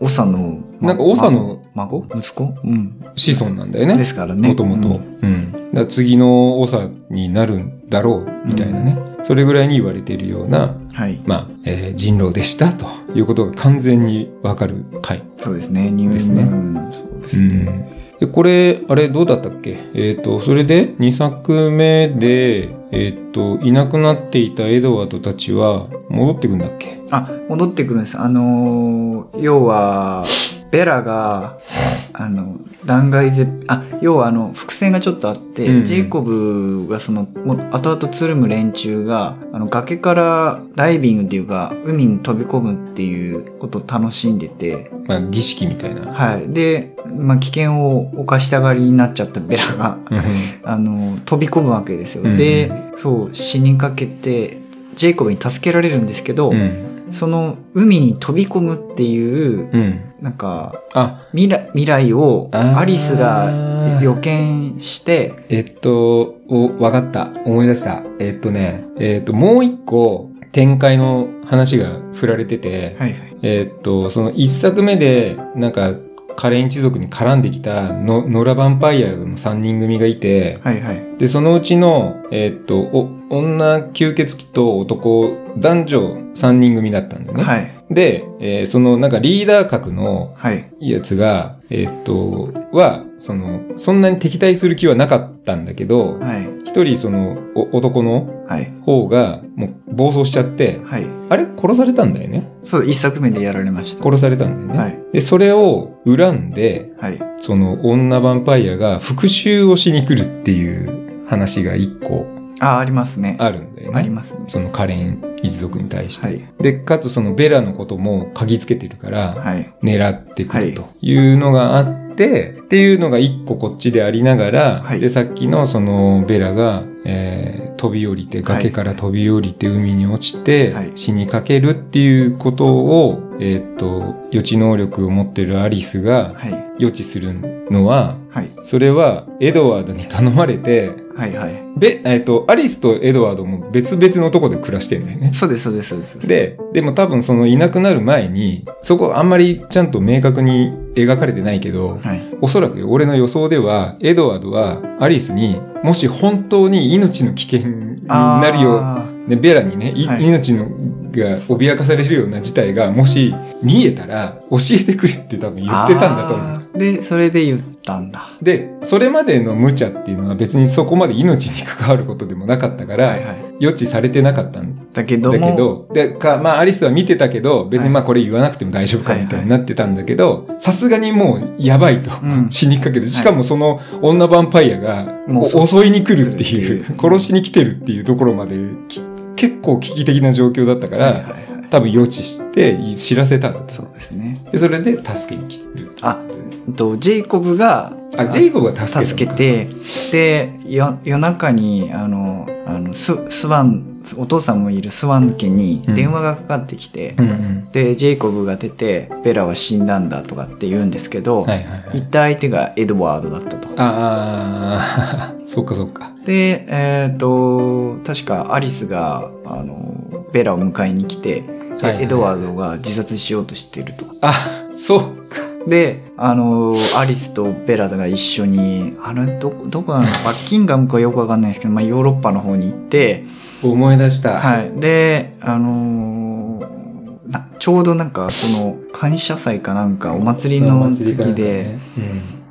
Speaker 2: オサの、ま
Speaker 1: なんかオサの
Speaker 2: 孫孫息子うん。
Speaker 1: 子孫なんだよ
Speaker 2: で
Speaker 1: ね
Speaker 2: すからね。
Speaker 1: もともと
Speaker 2: うん
Speaker 1: だから次の長になるんだろうみたいなね、それぐらいに言われているような、
Speaker 2: はい。
Speaker 1: まあえー人狼でしたということが完全にわかる回
Speaker 2: そうですね。ニュー
Speaker 1: ですね
Speaker 2: うんそうで
Speaker 1: う
Speaker 2: すね。
Speaker 1: んでこれあれどうだったっけえっ、とそれで2作目でえっ、といなくなっていたエドワードたちは戻ってくんだっけ
Speaker 2: あ、戻ってくるんです。あのー、要は、ベラが、あの、断崖絶、あ、要はあの、伏線がちょっとあって、
Speaker 1: うんうん
Speaker 2: ジェイコブがその、もう後々つるむ連中が、あの、崖からダイビングっていうか、海に飛び込むっていうことを楽しんでて、
Speaker 1: まあ儀式みたいな。
Speaker 2: はい。で、まあ、危険を犯したがりになっちゃったベラが、あの、飛び込むわけですよ。
Speaker 1: うんうん
Speaker 2: で、そう、死にかけて、ジェイコブに助けられるんですけど、
Speaker 1: うん。
Speaker 2: その海に飛び込むっていう、
Speaker 1: うん。
Speaker 2: なんか、
Speaker 1: あ、
Speaker 2: 未来、未来を
Speaker 1: あー
Speaker 2: アリスが予見して、
Speaker 1: えっと、お、わかった。思い出した。えっとね、えっと、もう一個展開の話が振られてて、
Speaker 2: はいはい。
Speaker 1: えっと、その一作目で、なんか、カレン一族に絡んできたの、ノラヴァンパイアの3人組がいて、
Speaker 2: はいはい。
Speaker 1: で、そのうちの、えっと、お、女吸血鬼と男、男女3人組だったんだよね。
Speaker 2: はい。
Speaker 1: で、えーそのなんかリーダー格の
Speaker 2: はい。
Speaker 1: やつが、ええっと、は、その、そんなに敵対する気はなかったんだけど、
Speaker 2: はい
Speaker 1: 一人その、お男の
Speaker 2: はい
Speaker 1: 方が、もう暴走しちゃって、
Speaker 2: はい
Speaker 1: あれ殺されたんだよね
Speaker 2: そう一作目でやられました
Speaker 1: 殺されたんだよね。
Speaker 2: はい
Speaker 1: で、それを恨んで、
Speaker 2: はい
Speaker 1: その女ヴァンパイアが復讐をしに来るっていう話が一個
Speaker 2: あありますねあ
Speaker 1: あるんだよね。
Speaker 2: りますね
Speaker 1: そのカレン一族に対して。
Speaker 2: はい
Speaker 1: で、かつそのベラのことも嗅ぎつけてるから、
Speaker 2: はい
Speaker 1: 狙ってくるというのがあって、っていうのが一個こっちでありながら、
Speaker 2: はい
Speaker 1: で、さっきのそのベラが、えー飛び降りて、崖から飛び降りて海に落ちて、
Speaker 2: はい
Speaker 1: 死にかけるっていうことを、えーっと、予知能力を持ってるアリスが
Speaker 2: はい
Speaker 1: 予知するのは、
Speaker 2: はい
Speaker 1: それはエドワードに頼まれて、
Speaker 2: はいはい
Speaker 1: べ、えっ、と、アリスとエドワードも別々のとこで暮らしてるんだよね。
Speaker 2: そうですそうですそうです
Speaker 1: で、でも多分そのいなくなる前に、そこあんまりちゃんと明確に描かれてないけど、
Speaker 2: はい
Speaker 1: おそらくよ俺の予想では、エドワードはアリスに、もし本当に命の危険になるよう、
Speaker 2: あ
Speaker 1: ね、ベラにね、い
Speaker 2: はい
Speaker 1: 命のが脅かされるような事態が、もし見えたら教えてくれって多分
Speaker 2: ー
Speaker 1: 言ってたんだと思う。
Speaker 2: あーでそれで言ったんだ
Speaker 1: で、それまでの無茶っていうのは別にそこまで命に関わることでもなかったから、
Speaker 2: はいはい
Speaker 1: 予知されてなかったん
Speaker 2: だけど
Speaker 1: だ
Speaker 2: も
Speaker 1: けど、でか、まあ、アリスは見てたけど、別に
Speaker 2: はい
Speaker 1: まあこれ言わなくても大丈夫かみたい
Speaker 2: はいはい
Speaker 1: になってたんだけど、さすがにもうやばいと、
Speaker 2: うん
Speaker 1: 死にかける。しかもその女ヴァンパイアが、
Speaker 2: もう
Speaker 1: お襲いに来るってい
Speaker 2: 来るっていう
Speaker 1: う、殺しに来てるっていうところまでき、結構危機的な状況だったか
Speaker 2: はいはい
Speaker 1: ら、
Speaker 2: はい
Speaker 1: 多分予知して知らせたんだと
Speaker 2: そうですね
Speaker 1: で、それで助けに来る。
Speaker 2: あとジェイコブが
Speaker 1: あ、ジェイコブが助けたのか
Speaker 2: 助けてでよ夜中にあのあのススワンお父さんもいるスワン家に
Speaker 1: うん
Speaker 2: 電話がかかってきて、
Speaker 1: うんうん。
Speaker 2: でジェイコブが出てベラは死んだんだとかって言うんですけど、
Speaker 1: はいはいはい
Speaker 2: 言った相手がエドワードだったと。
Speaker 1: ああ、 そっかそっか。
Speaker 2: でえっ、と確かアリスがあのベラを迎えに来て、で
Speaker 1: はいはい
Speaker 2: エドワードが自殺しようとしてると。
Speaker 1: あ、そうか。
Speaker 2: であのアリスとベラが一緒にあれどどこなのバッキンガムかよくわかんないですけど、まあ、ヨーロッパの方に行って、
Speaker 1: 思い出した。
Speaker 2: はい、であのなちょうどなんかその感謝祭かなんかお祭りの時で、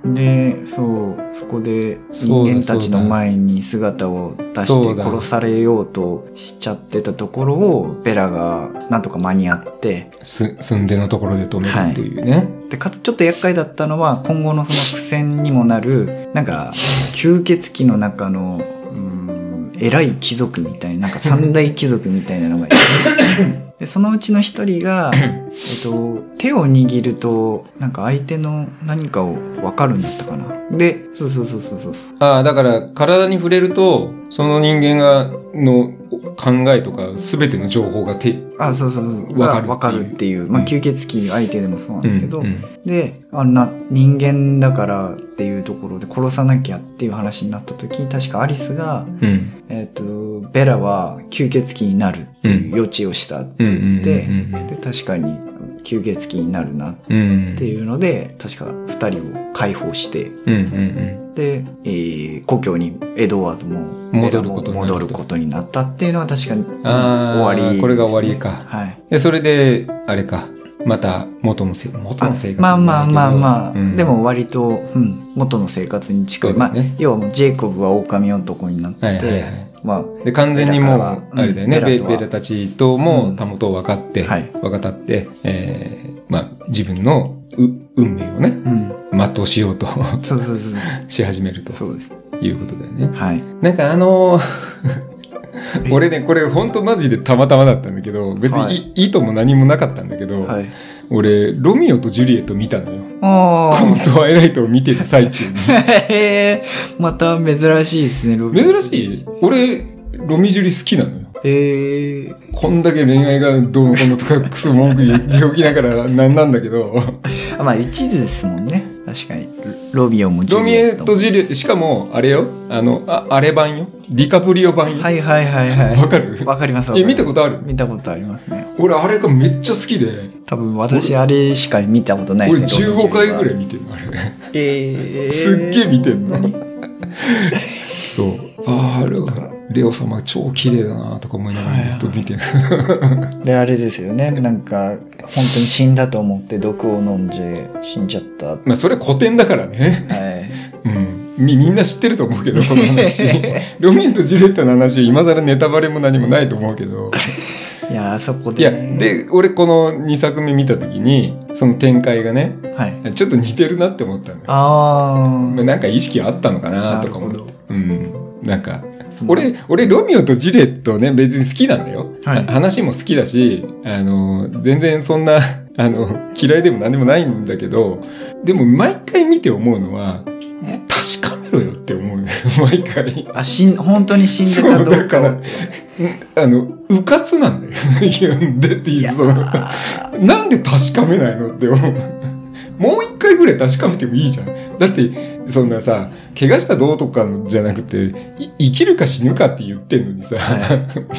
Speaker 2: でそうそこで人間たちの前に姿を出
Speaker 1: そ
Speaker 2: し
Speaker 1: う
Speaker 2: て
Speaker 1: だ
Speaker 2: 殺されようとしちゃってたところをベラがなんとか間に合って。
Speaker 1: す寸出のところで止めるっていうね、
Speaker 2: でかつちょっと厄介だったのは今後のその苦戦にもなるなんか吸血鬼の中のうーん偉い貴族みたいななんか三大貴族みたいなのがいて でそのうちの一人が、えっと、手を握るとなんか相手の何かを分かるんだったかなでそうそうそうそうそうそう
Speaker 1: ああだから体に触れるとその人間がの考えとか全ての情報がて
Speaker 2: あそうそうそう
Speaker 1: わかる
Speaker 2: が分かるっていう、まあ、
Speaker 1: うん
Speaker 2: 吸血鬼相手でもそうなんですけど、
Speaker 1: うんうん
Speaker 2: であんな人間だからっていうところで殺さなきゃっていう話になった時確かアリスが、
Speaker 1: うん
Speaker 2: えー、とベラは吸血鬼になるっていう予知をしたって
Speaker 1: うんうん
Speaker 2: 言って、
Speaker 1: うん
Speaker 2: で確かに吸血鬼になるなっ
Speaker 1: うんうん
Speaker 2: ていうので確か2人を解放して
Speaker 1: うんうん
Speaker 2: で、えー故郷にエドワードもベ
Speaker 1: 戻
Speaker 2: ラ
Speaker 1: る
Speaker 2: も
Speaker 1: ことになると
Speaker 2: 戻ることになったっていうのは確かに
Speaker 1: うんああ
Speaker 2: 終わり
Speaker 1: これが終わりか
Speaker 2: はい
Speaker 1: でそれであれかまた元のせ元の生活
Speaker 2: まあまあまあま
Speaker 1: う
Speaker 2: あ、
Speaker 1: ん
Speaker 2: でも割と、うん、元の生活に近い、
Speaker 1: そう
Speaker 2: ま
Speaker 1: だ
Speaker 2: あ
Speaker 1: ね
Speaker 2: 要はもうジェイコブは狼男になって、
Speaker 1: はいはいはい
Speaker 2: まあ
Speaker 1: で完全にもうあれだよね、
Speaker 2: うん
Speaker 1: ベ
Speaker 2: ベラ
Speaker 1: ベ
Speaker 2: と
Speaker 1: ラ
Speaker 2: は
Speaker 1: たちともたもとを分かって、
Speaker 2: うんはい
Speaker 1: 分かって、えーまあ、自分のう運命をね
Speaker 2: うん
Speaker 1: 全うしようと
Speaker 2: そうそうそうそう
Speaker 1: し始めると
Speaker 2: そうです
Speaker 1: いうことだよね。
Speaker 2: はい
Speaker 1: なんかあのー 俺ねこれほんとマジでたまたまだったんだけど別にい,、
Speaker 2: はい
Speaker 1: い、いとも何もなかったんだけど、
Speaker 2: はい
Speaker 1: 俺ロミオとジュリエット見たのよ。
Speaker 2: あ
Speaker 1: このトワイライトを見てる最中に。
Speaker 2: ーへーまた珍しいですねロビン
Speaker 1: 珍しい俺ロミジュリ好きなのよ。
Speaker 2: えー、
Speaker 1: こんだけ恋愛がどうのこうのとかクソ文句言っておきながらなんなんだけど
Speaker 2: あまあ一途ですもんね確かにロロビオもジ
Speaker 1: ロ
Speaker 2: ュ
Speaker 1: ミ
Speaker 2: リエ
Speaker 1: エ
Speaker 2: ット
Speaker 1: と
Speaker 2: も
Speaker 1: ジュリエットしかもあれよあのああれ版よディカプリオ版よ、
Speaker 2: はいはいはいはい
Speaker 1: わかる
Speaker 2: わかりますわか
Speaker 1: え
Speaker 2: りま
Speaker 1: 見
Speaker 2: す
Speaker 1: たことある
Speaker 2: 見たことありますね
Speaker 1: 俺あれがめっちゃ好きで
Speaker 2: 多分私あれしか見たことない
Speaker 1: 俺
Speaker 2: ですねロビン
Speaker 1: 15回
Speaker 2: ジュ
Speaker 1: ぐ
Speaker 2: リエットは
Speaker 1: らい見てるのあれ
Speaker 2: えー
Speaker 1: すっげえ見てんの
Speaker 2: そなに
Speaker 1: そうあああれはレオ様超綺麗だなとか思いながらずっと見てる。
Speaker 2: で、あれですよね。なんか、本当に死んだと思って毒を飲んで死んじゃった。は
Speaker 1: まあそれは古典だからね。
Speaker 2: い。
Speaker 1: うん。み、みんな知ってると思うけど、この 話。ロミオとジュリエットの話、今更ネタバレも何もないと思うけど。
Speaker 2: いや、あそこ
Speaker 1: いや、
Speaker 2: で、ね。、
Speaker 1: で、俺この2作目見た時に、その展開がね、
Speaker 2: はい。
Speaker 1: ちょっと似てるなって思ったのよ。
Speaker 2: あ
Speaker 1: まあなんか意識あったのかなとか思っ
Speaker 2: なるほ
Speaker 1: て。うん。なんか、
Speaker 2: あ。
Speaker 1: 俺、俺、ロミオとジュリエットね、別に好きなんだよ。
Speaker 2: はい
Speaker 1: あ話も好きだし、あの、全然そんな、 あの、嫌いでも何でもないんだけど、でも毎回見て思うのは、確かめろよって思うよ 毎回。
Speaker 2: あ、死ん、本当に死んでたかどうか
Speaker 1: そうだ
Speaker 2: を。
Speaker 1: あの、うかつなんだよ。読んでって
Speaker 2: い
Speaker 1: い
Speaker 2: や
Speaker 1: う、その、なんで確かめないのって思う。もう一回ぐらい確かめてもいいじゃん。だって、そんなさ、怪我したどうとかじゃなくて、い生きるか死ぬかって言ってんのにさ、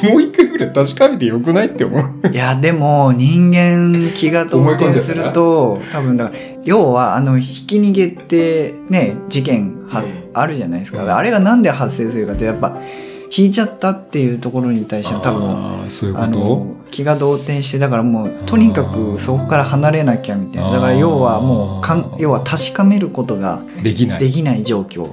Speaker 1: もう一回ぐらい確かめてよくないって思う。
Speaker 2: いや、でも、人間気が動転すると、多分だから、要は、あの、ひき逃げって、ね、事件は、
Speaker 1: うん
Speaker 2: あるじゃないですか。
Speaker 1: うん
Speaker 2: あれがなんで発生するかって、やっぱ、引いちゃったっていうところに対しては、多分、
Speaker 1: あー、そういうこ
Speaker 2: あ
Speaker 1: と
Speaker 2: の気が動転してだからもうとにかくそこから離れなきゃみたいなだから要はもうかん
Speaker 1: あー
Speaker 2: 要は確かめることが
Speaker 1: できない。
Speaker 2: できない状況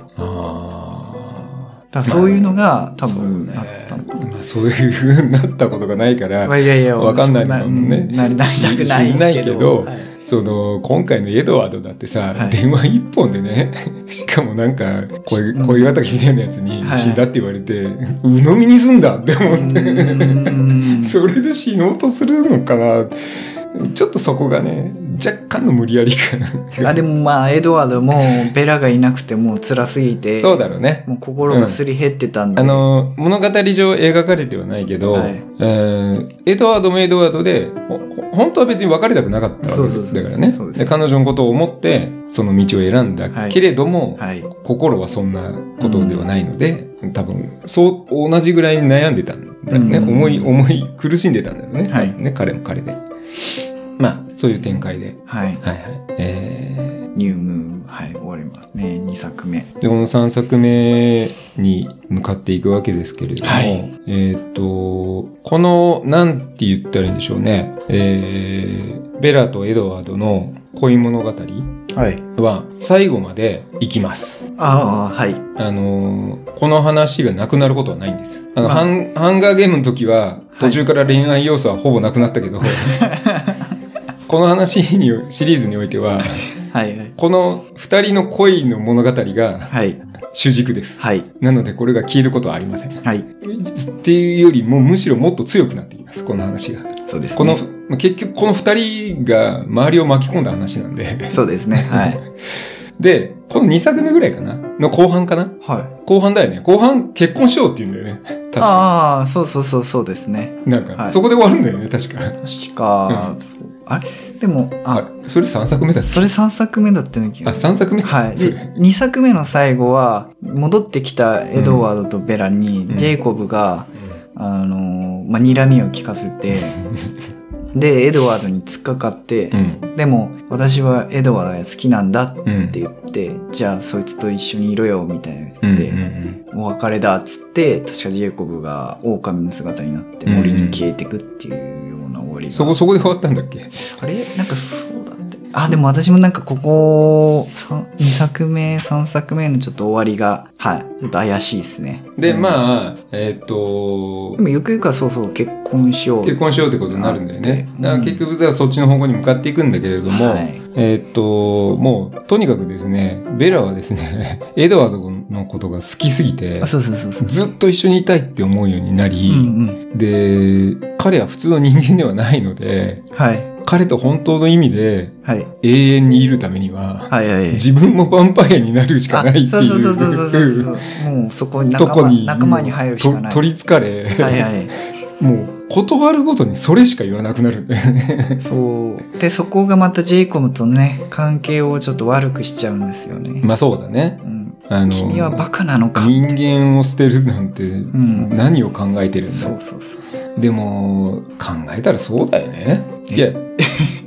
Speaker 1: あ
Speaker 2: だからそういうのが多分
Speaker 1: そう
Speaker 2: あ
Speaker 1: だ
Speaker 2: っ
Speaker 1: ね
Speaker 2: たの、
Speaker 1: あ。まあ、そういうふうになったことがないから、
Speaker 2: まあいやいや
Speaker 1: わかんないもんね
Speaker 2: ななりなりたくないんですけど
Speaker 1: 知
Speaker 2: はい
Speaker 1: その、今回のエドワードだってさ、
Speaker 2: はい
Speaker 1: 電話一本で ね、しかもなんか声、
Speaker 2: うん
Speaker 1: 恋敵みたいなやつに
Speaker 2: はい
Speaker 1: 死んだって言われて、鵜呑みにすんだって
Speaker 2: う
Speaker 1: 思って、
Speaker 2: ー ん
Speaker 1: それで死のうとするのかな。ちょっとそこがね、若干の無理やりかな。
Speaker 2: あでもまあエドワードもベラがいなくてもう辛すぎて
Speaker 1: そうだろうね。
Speaker 2: もう心がすり減ってたんで、
Speaker 1: あの、物語上描かれてはないけど、
Speaker 2: はい
Speaker 1: うんエドワードもエドワードで、ほほ本当は別に別れたくなかったわけ
Speaker 2: そうそうそう
Speaker 1: だからね
Speaker 2: そうです
Speaker 1: で彼女のことを思って、その道を選んだ、
Speaker 2: はい
Speaker 1: けれども、
Speaker 2: はい
Speaker 1: 心はそんなことではないので、多分、そう、同じぐらいに悩んでたんだよね。
Speaker 2: うん
Speaker 1: 思い、思い、苦しんでたんだよね。
Speaker 2: はい
Speaker 1: ね、彼も彼で。まあ、そういう展開で。
Speaker 2: はい
Speaker 1: はいはい。え
Speaker 2: ニュームーンはい終わりますね2作目
Speaker 1: ー、で、この3作目に向かっていくわけですけれども、
Speaker 2: はい
Speaker 1: えーっ、と、この、なんて言ったらいいんでしょうね。えー、ベラとエドワードの恋物語
Speaker 2: はい
Speaker 1: は最後まで行きます。
Speaker 2: ああはい
Speaker 1: あのーこの話がなくなることはないんです。あの、
Speaker 2: まあ
Speaker 1: ハンハンガーゲームの時は、途中から恋愛要素はほぼなくなったけ ど、この話に、シリーズにおいては、
Speaker 2: はいはい
Speaker 1: この二人の恋の物語が
Speaker 2: はい
Speaker 1: 主軸です。
Speaker 2: はい
Speaker 1: なので、これが消えることはありません。
Speaker 2: はい
Speaker 1: っていうよりも、むしろもっと強くなっています、この話が。
Speaker 2: そうですね
Speaker 1: この、まあ結局、この二人が周りを巻き込んだ話なんで。
Speaker 2: そう ですねはい
Speaker 1: で、この二作目ぐらいかなの後半かな
Speaker 2: はい
Speaker 1: 後半だよね。後半結婚しようって言うんだよね。確か
Speaker 2: ああそうそうそうそうですね
Speaker 1: に。なん
Speaker 2: は
Speaker 1: か、
Speaker 2: い
Speaker 1: そこで終わるんだよね、確か。
Speaker 2: 確か、そうあれでもあ
Speaker 1: あ、それ3作目だっ
Speaker 2: そ
Speaker 1: け
Speaker 2: れ3作目だったような気
Speaker 1: あ、
Speaker 2: が
Speaker 1: 3作目
Speaker 2: はい、
Speaker 1: そ
Speaker 2: で
Speaker 1: れ
Speaker 2: 2作目の最後は戻ってきたエドワードとベラに
Speaker 1: うん
Speaker 2: ジェイコブが、あのーまあ、睨みを聞かせてでエドワードに突っかかって
Speaker 1: う、ん。
Speaker 2: でも私はエドワードが好きなんだっ
Speaker 1: うん。
Speaker 2: て言って、じゃあそいつと一緒にいろよみたいな
Speaker 1: うん。
Speaker 2: 言って、お別れだっつって確かジェイコブが狼の姿になって森に消えてくっていうような終わ
Speaker 1: うん
Speaker 2: りが
Speaker 1: そこ、そこで終わったんだっけ
Speaker 2: あれなんかそうだってあでも私もなんかここ2作目3作目のちょっと終わりがはいちょっと怪しいですね
Speaker 1: で、
Speaker 2: あ
Speaker 1: まあ、えーっと
Speaker 2: で、もゆくゆくはそうそう結婚しよう
Speaker 1: 結婚しようってことになるんだよね
Speaker 2: あっ。て
Speaker 1: だから結局、だからそっちの方向に向かっていくんだけれども、
Speaker 2: はい
Speaker 1: えーっと、もう、とにかくですね、ベラはですね、 エドワードのことが好きすぎて
Speaker 2: あ、そうそうそうそう
Speaker 1: ずっと一緒にいたいって思うようになり、
Speaker 2: うんうん
Speaker 1: で、彼は普通の人間ではないので、
Speaker 2: はい
Speaker 1: 彼と本当の意味で
Speaker 2: はい
Speaker 1: 永遠にいるためには、
Speaker 2: はいはい
Speaker 1: 自分もヴァンパイアになるしか
Speaker 2: あ
Speaker 1: ないっていう。
Speaker 2: そうそうそうそうそうそう そうもうそこに
Speaker 1: と
Speaker 2: 仲
Speaker 1: こ
Speaker 2: 間
Speaker 1: に、
Speaker 2: 仲間に入るしかない
Speaker 1: と取りつかれ、
Speaker 2: はいはい
Speaker 1: もう断るごとにそれしか言わなくなるんだよ ね。
Speaker 2: そうでそこがまたジェイコムとね関係をちょっと悪くしちゃうんですよね、
Speaker 1: まあそうだね。
Speaker 2: うん、
Speaker 1: あの、
Speaker 2: 君はバカなのか、
Speaker 1: 人間を捨てるなんて
Speaker 2: ん
Speaker 1: 何を考えてるんだ、
Speaker 2: そうそうそうそう
Speaker 1: でも、考えたらそうだよね。い や、い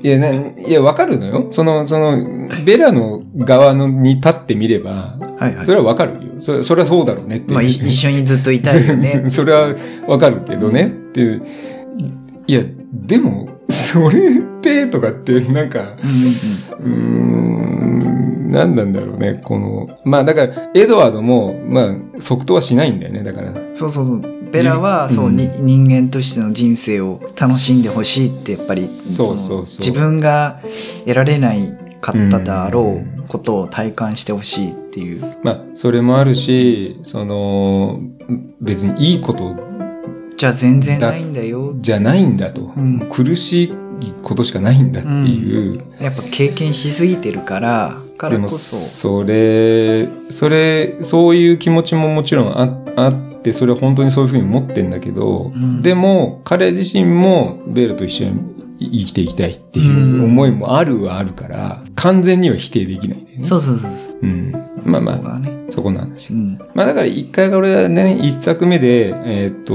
Speaker 1: や、ないや、わかるのよ。その、その、ベラの側のに立ってみれば、
Speaker 2: はいはい
Speaker 1: それはわかるよ。それそれはそうだろうねって。
Speaker 2: まあい一緒にずっといたいよね
Speaker 1: それはわかるけどねって。いや、でも、それって、とかって、なんか、
Speaker 2: う
Speaker 1: うー
Speaker 2: んう
Speaker 1: ん、何なんだろうね、この。まあだから、エドワードも、まあ、即答はしないんだよね、だから。
Speaker 2: んうんそうそうそうベラは
Speaker 1: 自
Speaker 2: そう、
Speaker 1: 分
Speaker 2: に人間としての人生を楽しんでほしいってやっぱり
Speaker 1: そう
Speaker 2: の
Speaker 1: そうそう
Speaker 2: 自分が得られないかっただろ
Speaker 1: うん
Speaker 2: うことを体感してほしいっていう
Speaker 1: まあ、それもあるし、その、別にいいこと
Speaker 2: じゃあ全然ないんだよ
Speaker 1: じゃないんだと、
Speaker 2: ん
Speaker 1: 苦しいことしかないんだっていう、
Speaker 2: やっぱ経験しすぎてるからか
Speaker 1: で
Speaker 2: ら
Speaker 1: も
Speaker 2: こそ
Speaker 1: それそれそういう気持ちももちろんああってそれは本当にそういうふうに思ってんだけど、
Speaker 2: うん
Speaker 1: でも彼自身もベルと一緒に生きていきたいっていうん思いもあるはあるから完全には否定できないんだよね。
Speaker 2: そうそうそうそう
Speaker 1: うん、まあま
Speaker 2: そこ
Speaker 1: あ
Speaker 2: がね
Speaker 1: そこの話
Speaker 2: う。ん
Speaker 1: まあだから一回が俺はね、一作目で、えーっと、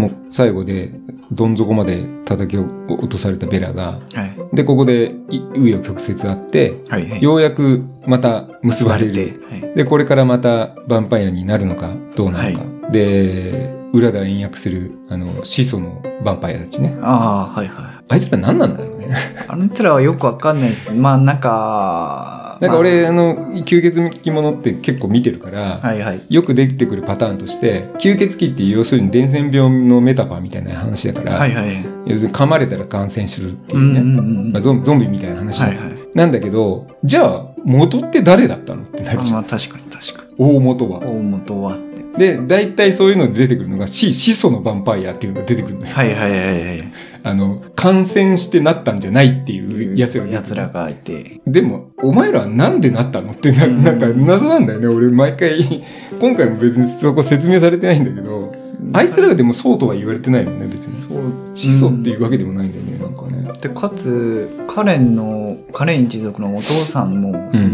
Speaker 1: もう最後で、どん底まで叩き落とされたベラが、
Speaker 2: はい
Speaker 1: で、ここで、い紆余曲折あって、
Speaker 2: はいはい
Speaker 1: ようやくまた結ばれる。
Speaker 2: はい
Speaker 1: で、これからまたヴァンパイアになるのか、どうなのか。で、裏で暗躍する、あの、始祖のヴァンパイアたちね。
Speaker 2: ああはいは
Speaker 1: あいつら何なんだろうね。
Speaker 2: いあの人らはよくわかんないですまあなんか
Speaker 1: なんか俺、
Speaker 2: ま
Speaker 1: あの、吸血鬼者って結構見てるから、
Speaker 2: あはいはい
Speaker 1: よくできてくるパターンとして吸血鬼っていう要するに伝染病のメタファーみたいな話だから、
Speaker 2: はいはい
Speaker 1: 要するに噛まれたら感染するっていううんね、
Speaker 2: うんうん
Speaker 1: まあ、ゾンゾンビみたいな話、
Speaker 2: はいはい
Speaker 1: なんだけどじゃあ元って誰だったのってな
Speaker 2: あ
Speaker 1: るじゃん
Speaker 2: まあ確かに確かに
Speaker 1: 大元は。
Speaker 2: 大元はって
Speaker 1: で大体そういうので出てくるのがし始祖のヴァンパイアっていうのが出てくるのよ。
Speaker 2: はいはいはいはい
Speaker 1: あの感染してなったんじゃないっていうやつが出てくる
Speaker 2: 奴らがいて
Speaker 1: でも、お前らはなんでなったのってな、
Speaker 2: うん
Speaker 1: なんか謎なんだよね。俺、毎回、今回も別にそこ説明されてないんだけど、あいつらがでもそうとは言われてないもんね、別に。
Speaker 2: そう
Speaker 1: 始祖っていうわけでもないんだよね、なんかね。
Speaker 2: でかつカレンのカレン一族のお父さんもその、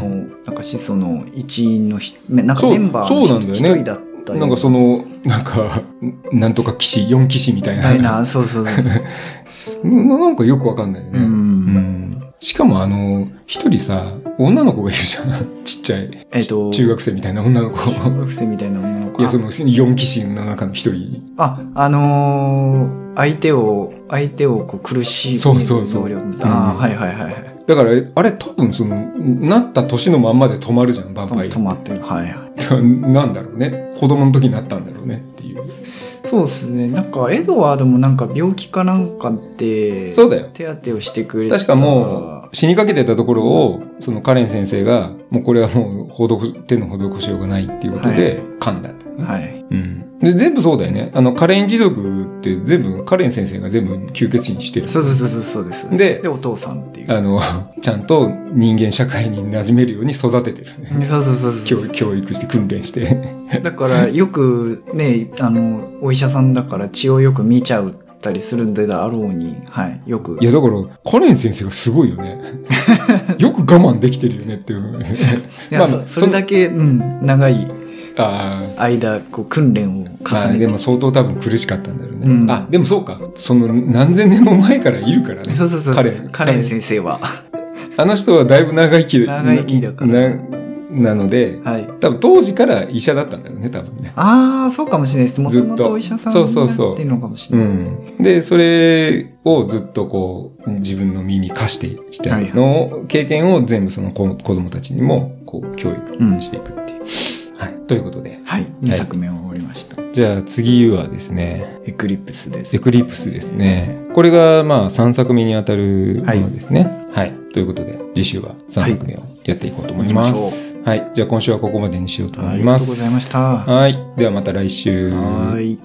Speaker 2: なんか始祖の一員のひめなんか
Speaker 1: そう
Speaker 2: メンバーの
Speaker 1: そうなん
Speaker 2: 一
Speaker 1: だよね
Speaker 2: 人一人だったよ
Speaker 1: なんかその、なんか、なんとか騎士、四騎士みたい
Speaker 2: みた
Speaker 1: な。
Speaker 2: いなそうそうそう、
Speaker 1: ななんかよくわかんないよ
Speaker 2: う
Speaker 1: ね。
Speaker 2: ん、
Speaker 1: うんしかもあの、一人さ、女の子がいるじゃん。 ちっちゃい。
Speaker 2: えっ、と
Speaker 1: 中学生みたいな女の 子。
Speaker 2: 小学生みたいな女の
Speaker 1: い
Speaker 2: 子
Speaker 1: や、その四騎士の中の一人。
Speaker 2: ああのー相手を相手をこう苦しい
Speaker 1: そうそうそう
Speaker 2: 能力みたい
Speaker 1: うん
Speaker 2: なあーはいはいはいはい
Speaker 1: だから、あれ多分その、なった年のまんまで止まるじゃん、ヴァンパイアって
Speaker 2: 止。まってるはいは い
Speaker 1: なんだろうね子供の時になったんだろうねっていう
Speaker 2: そうですねなんかエドワードもなんか病気かなんかで
Speaker 1: そうだよ
Speaker 2: 手当てをしてくれてた
Speaker 1: 確かもう死にかけてたところをそのカレン先生がもうこれはもう施手の施しようがないっていうことで噛んだんだよね、
Speaker 2: はい
Speaker 1: うん、で全部そうだよねあのカレン一族って全部カレン先生が全部吸血鬼にしてる
Speaker 2: そうそうそうそうそうです
Speaker 1: で
Speaker 2: でお父さんっていう
Speaker 1: あのちゃんと人間社会に馴染めるように育ててるね
Speaker 2: そうそうそうそ
Speaker 1: 教
Speaker 2: う
Speaker 1: 教育して訓練して
Speaker 2: だからよくねあのお医者さんだから血をよく見ちゃうったりするんでだろうにはいよく
Speaker 1: いやだからカレン先生がすごいよ ねよく我慢できてるよねっていう
Speaker 2: いや
Speaker 1: まあ
Speaker 2: そそれだけ、うん、長い
Speaker 1: ああ
Speaker 2: 間こう訓練を重ねて、
Speaker 1: まあでも相当多分苦しかったんだろうね。
Speaker 2: うん
Speaker 1: あでもそうかその何千年も前からいるからね
Speaker 2: そうそうそう
Speaker 1: カ
Speaker 2: カ
Speaker 1: レ
Speaker 2: レ
Speaker 1: ン
Speaker 2: ンカレン先生は
Speaker 1: あの人はだいぶ長生きで
Speaker 2: 長生きだから
Speaker 1: ななので
Speaker 2: はい
Speaker 1: 多分当時から医者だったんだろうね多分ね。
Speaker 2: ああそうかもしれないですも
Speaker 1: ずっ
Speaker 2: と
Speaker 1: と
Speaker 2: もとお医者さん
Speaker 1: そうそうそう
Speaker 2: っていうのかもし
Speaker 1: う
Speaker 2: れない、
Speaker 1: ん、でそれをずっとこう自分の身に課してきたのを、経験を全部その子子供たちにもこう教育
Speaker 2: うん
Speaker 1: していくっていう。はい、ということで
Speaker 2: はい2作目を終わりました、
Speaker 1: じゃあ次はですね
Speaker 2: エクリプスです
Speaker 1: エクリプスですね。これがまあ3作目にあたるものですね。はい。ということで、次週は3作目をやっていこうと思いま。
Speaker 2: 行きます
Speaker 1: はい。じゃあ今週はここまでにしようと思
Speaker 2: あ
Speaker 1: い
Speaker 2: り
Speaker 1: ま
Speaker 2: が
Speaker 1: す。
Speaker 2: とうございました
Speaker 1: はい。ではまた来週。
Speaker 2: はーい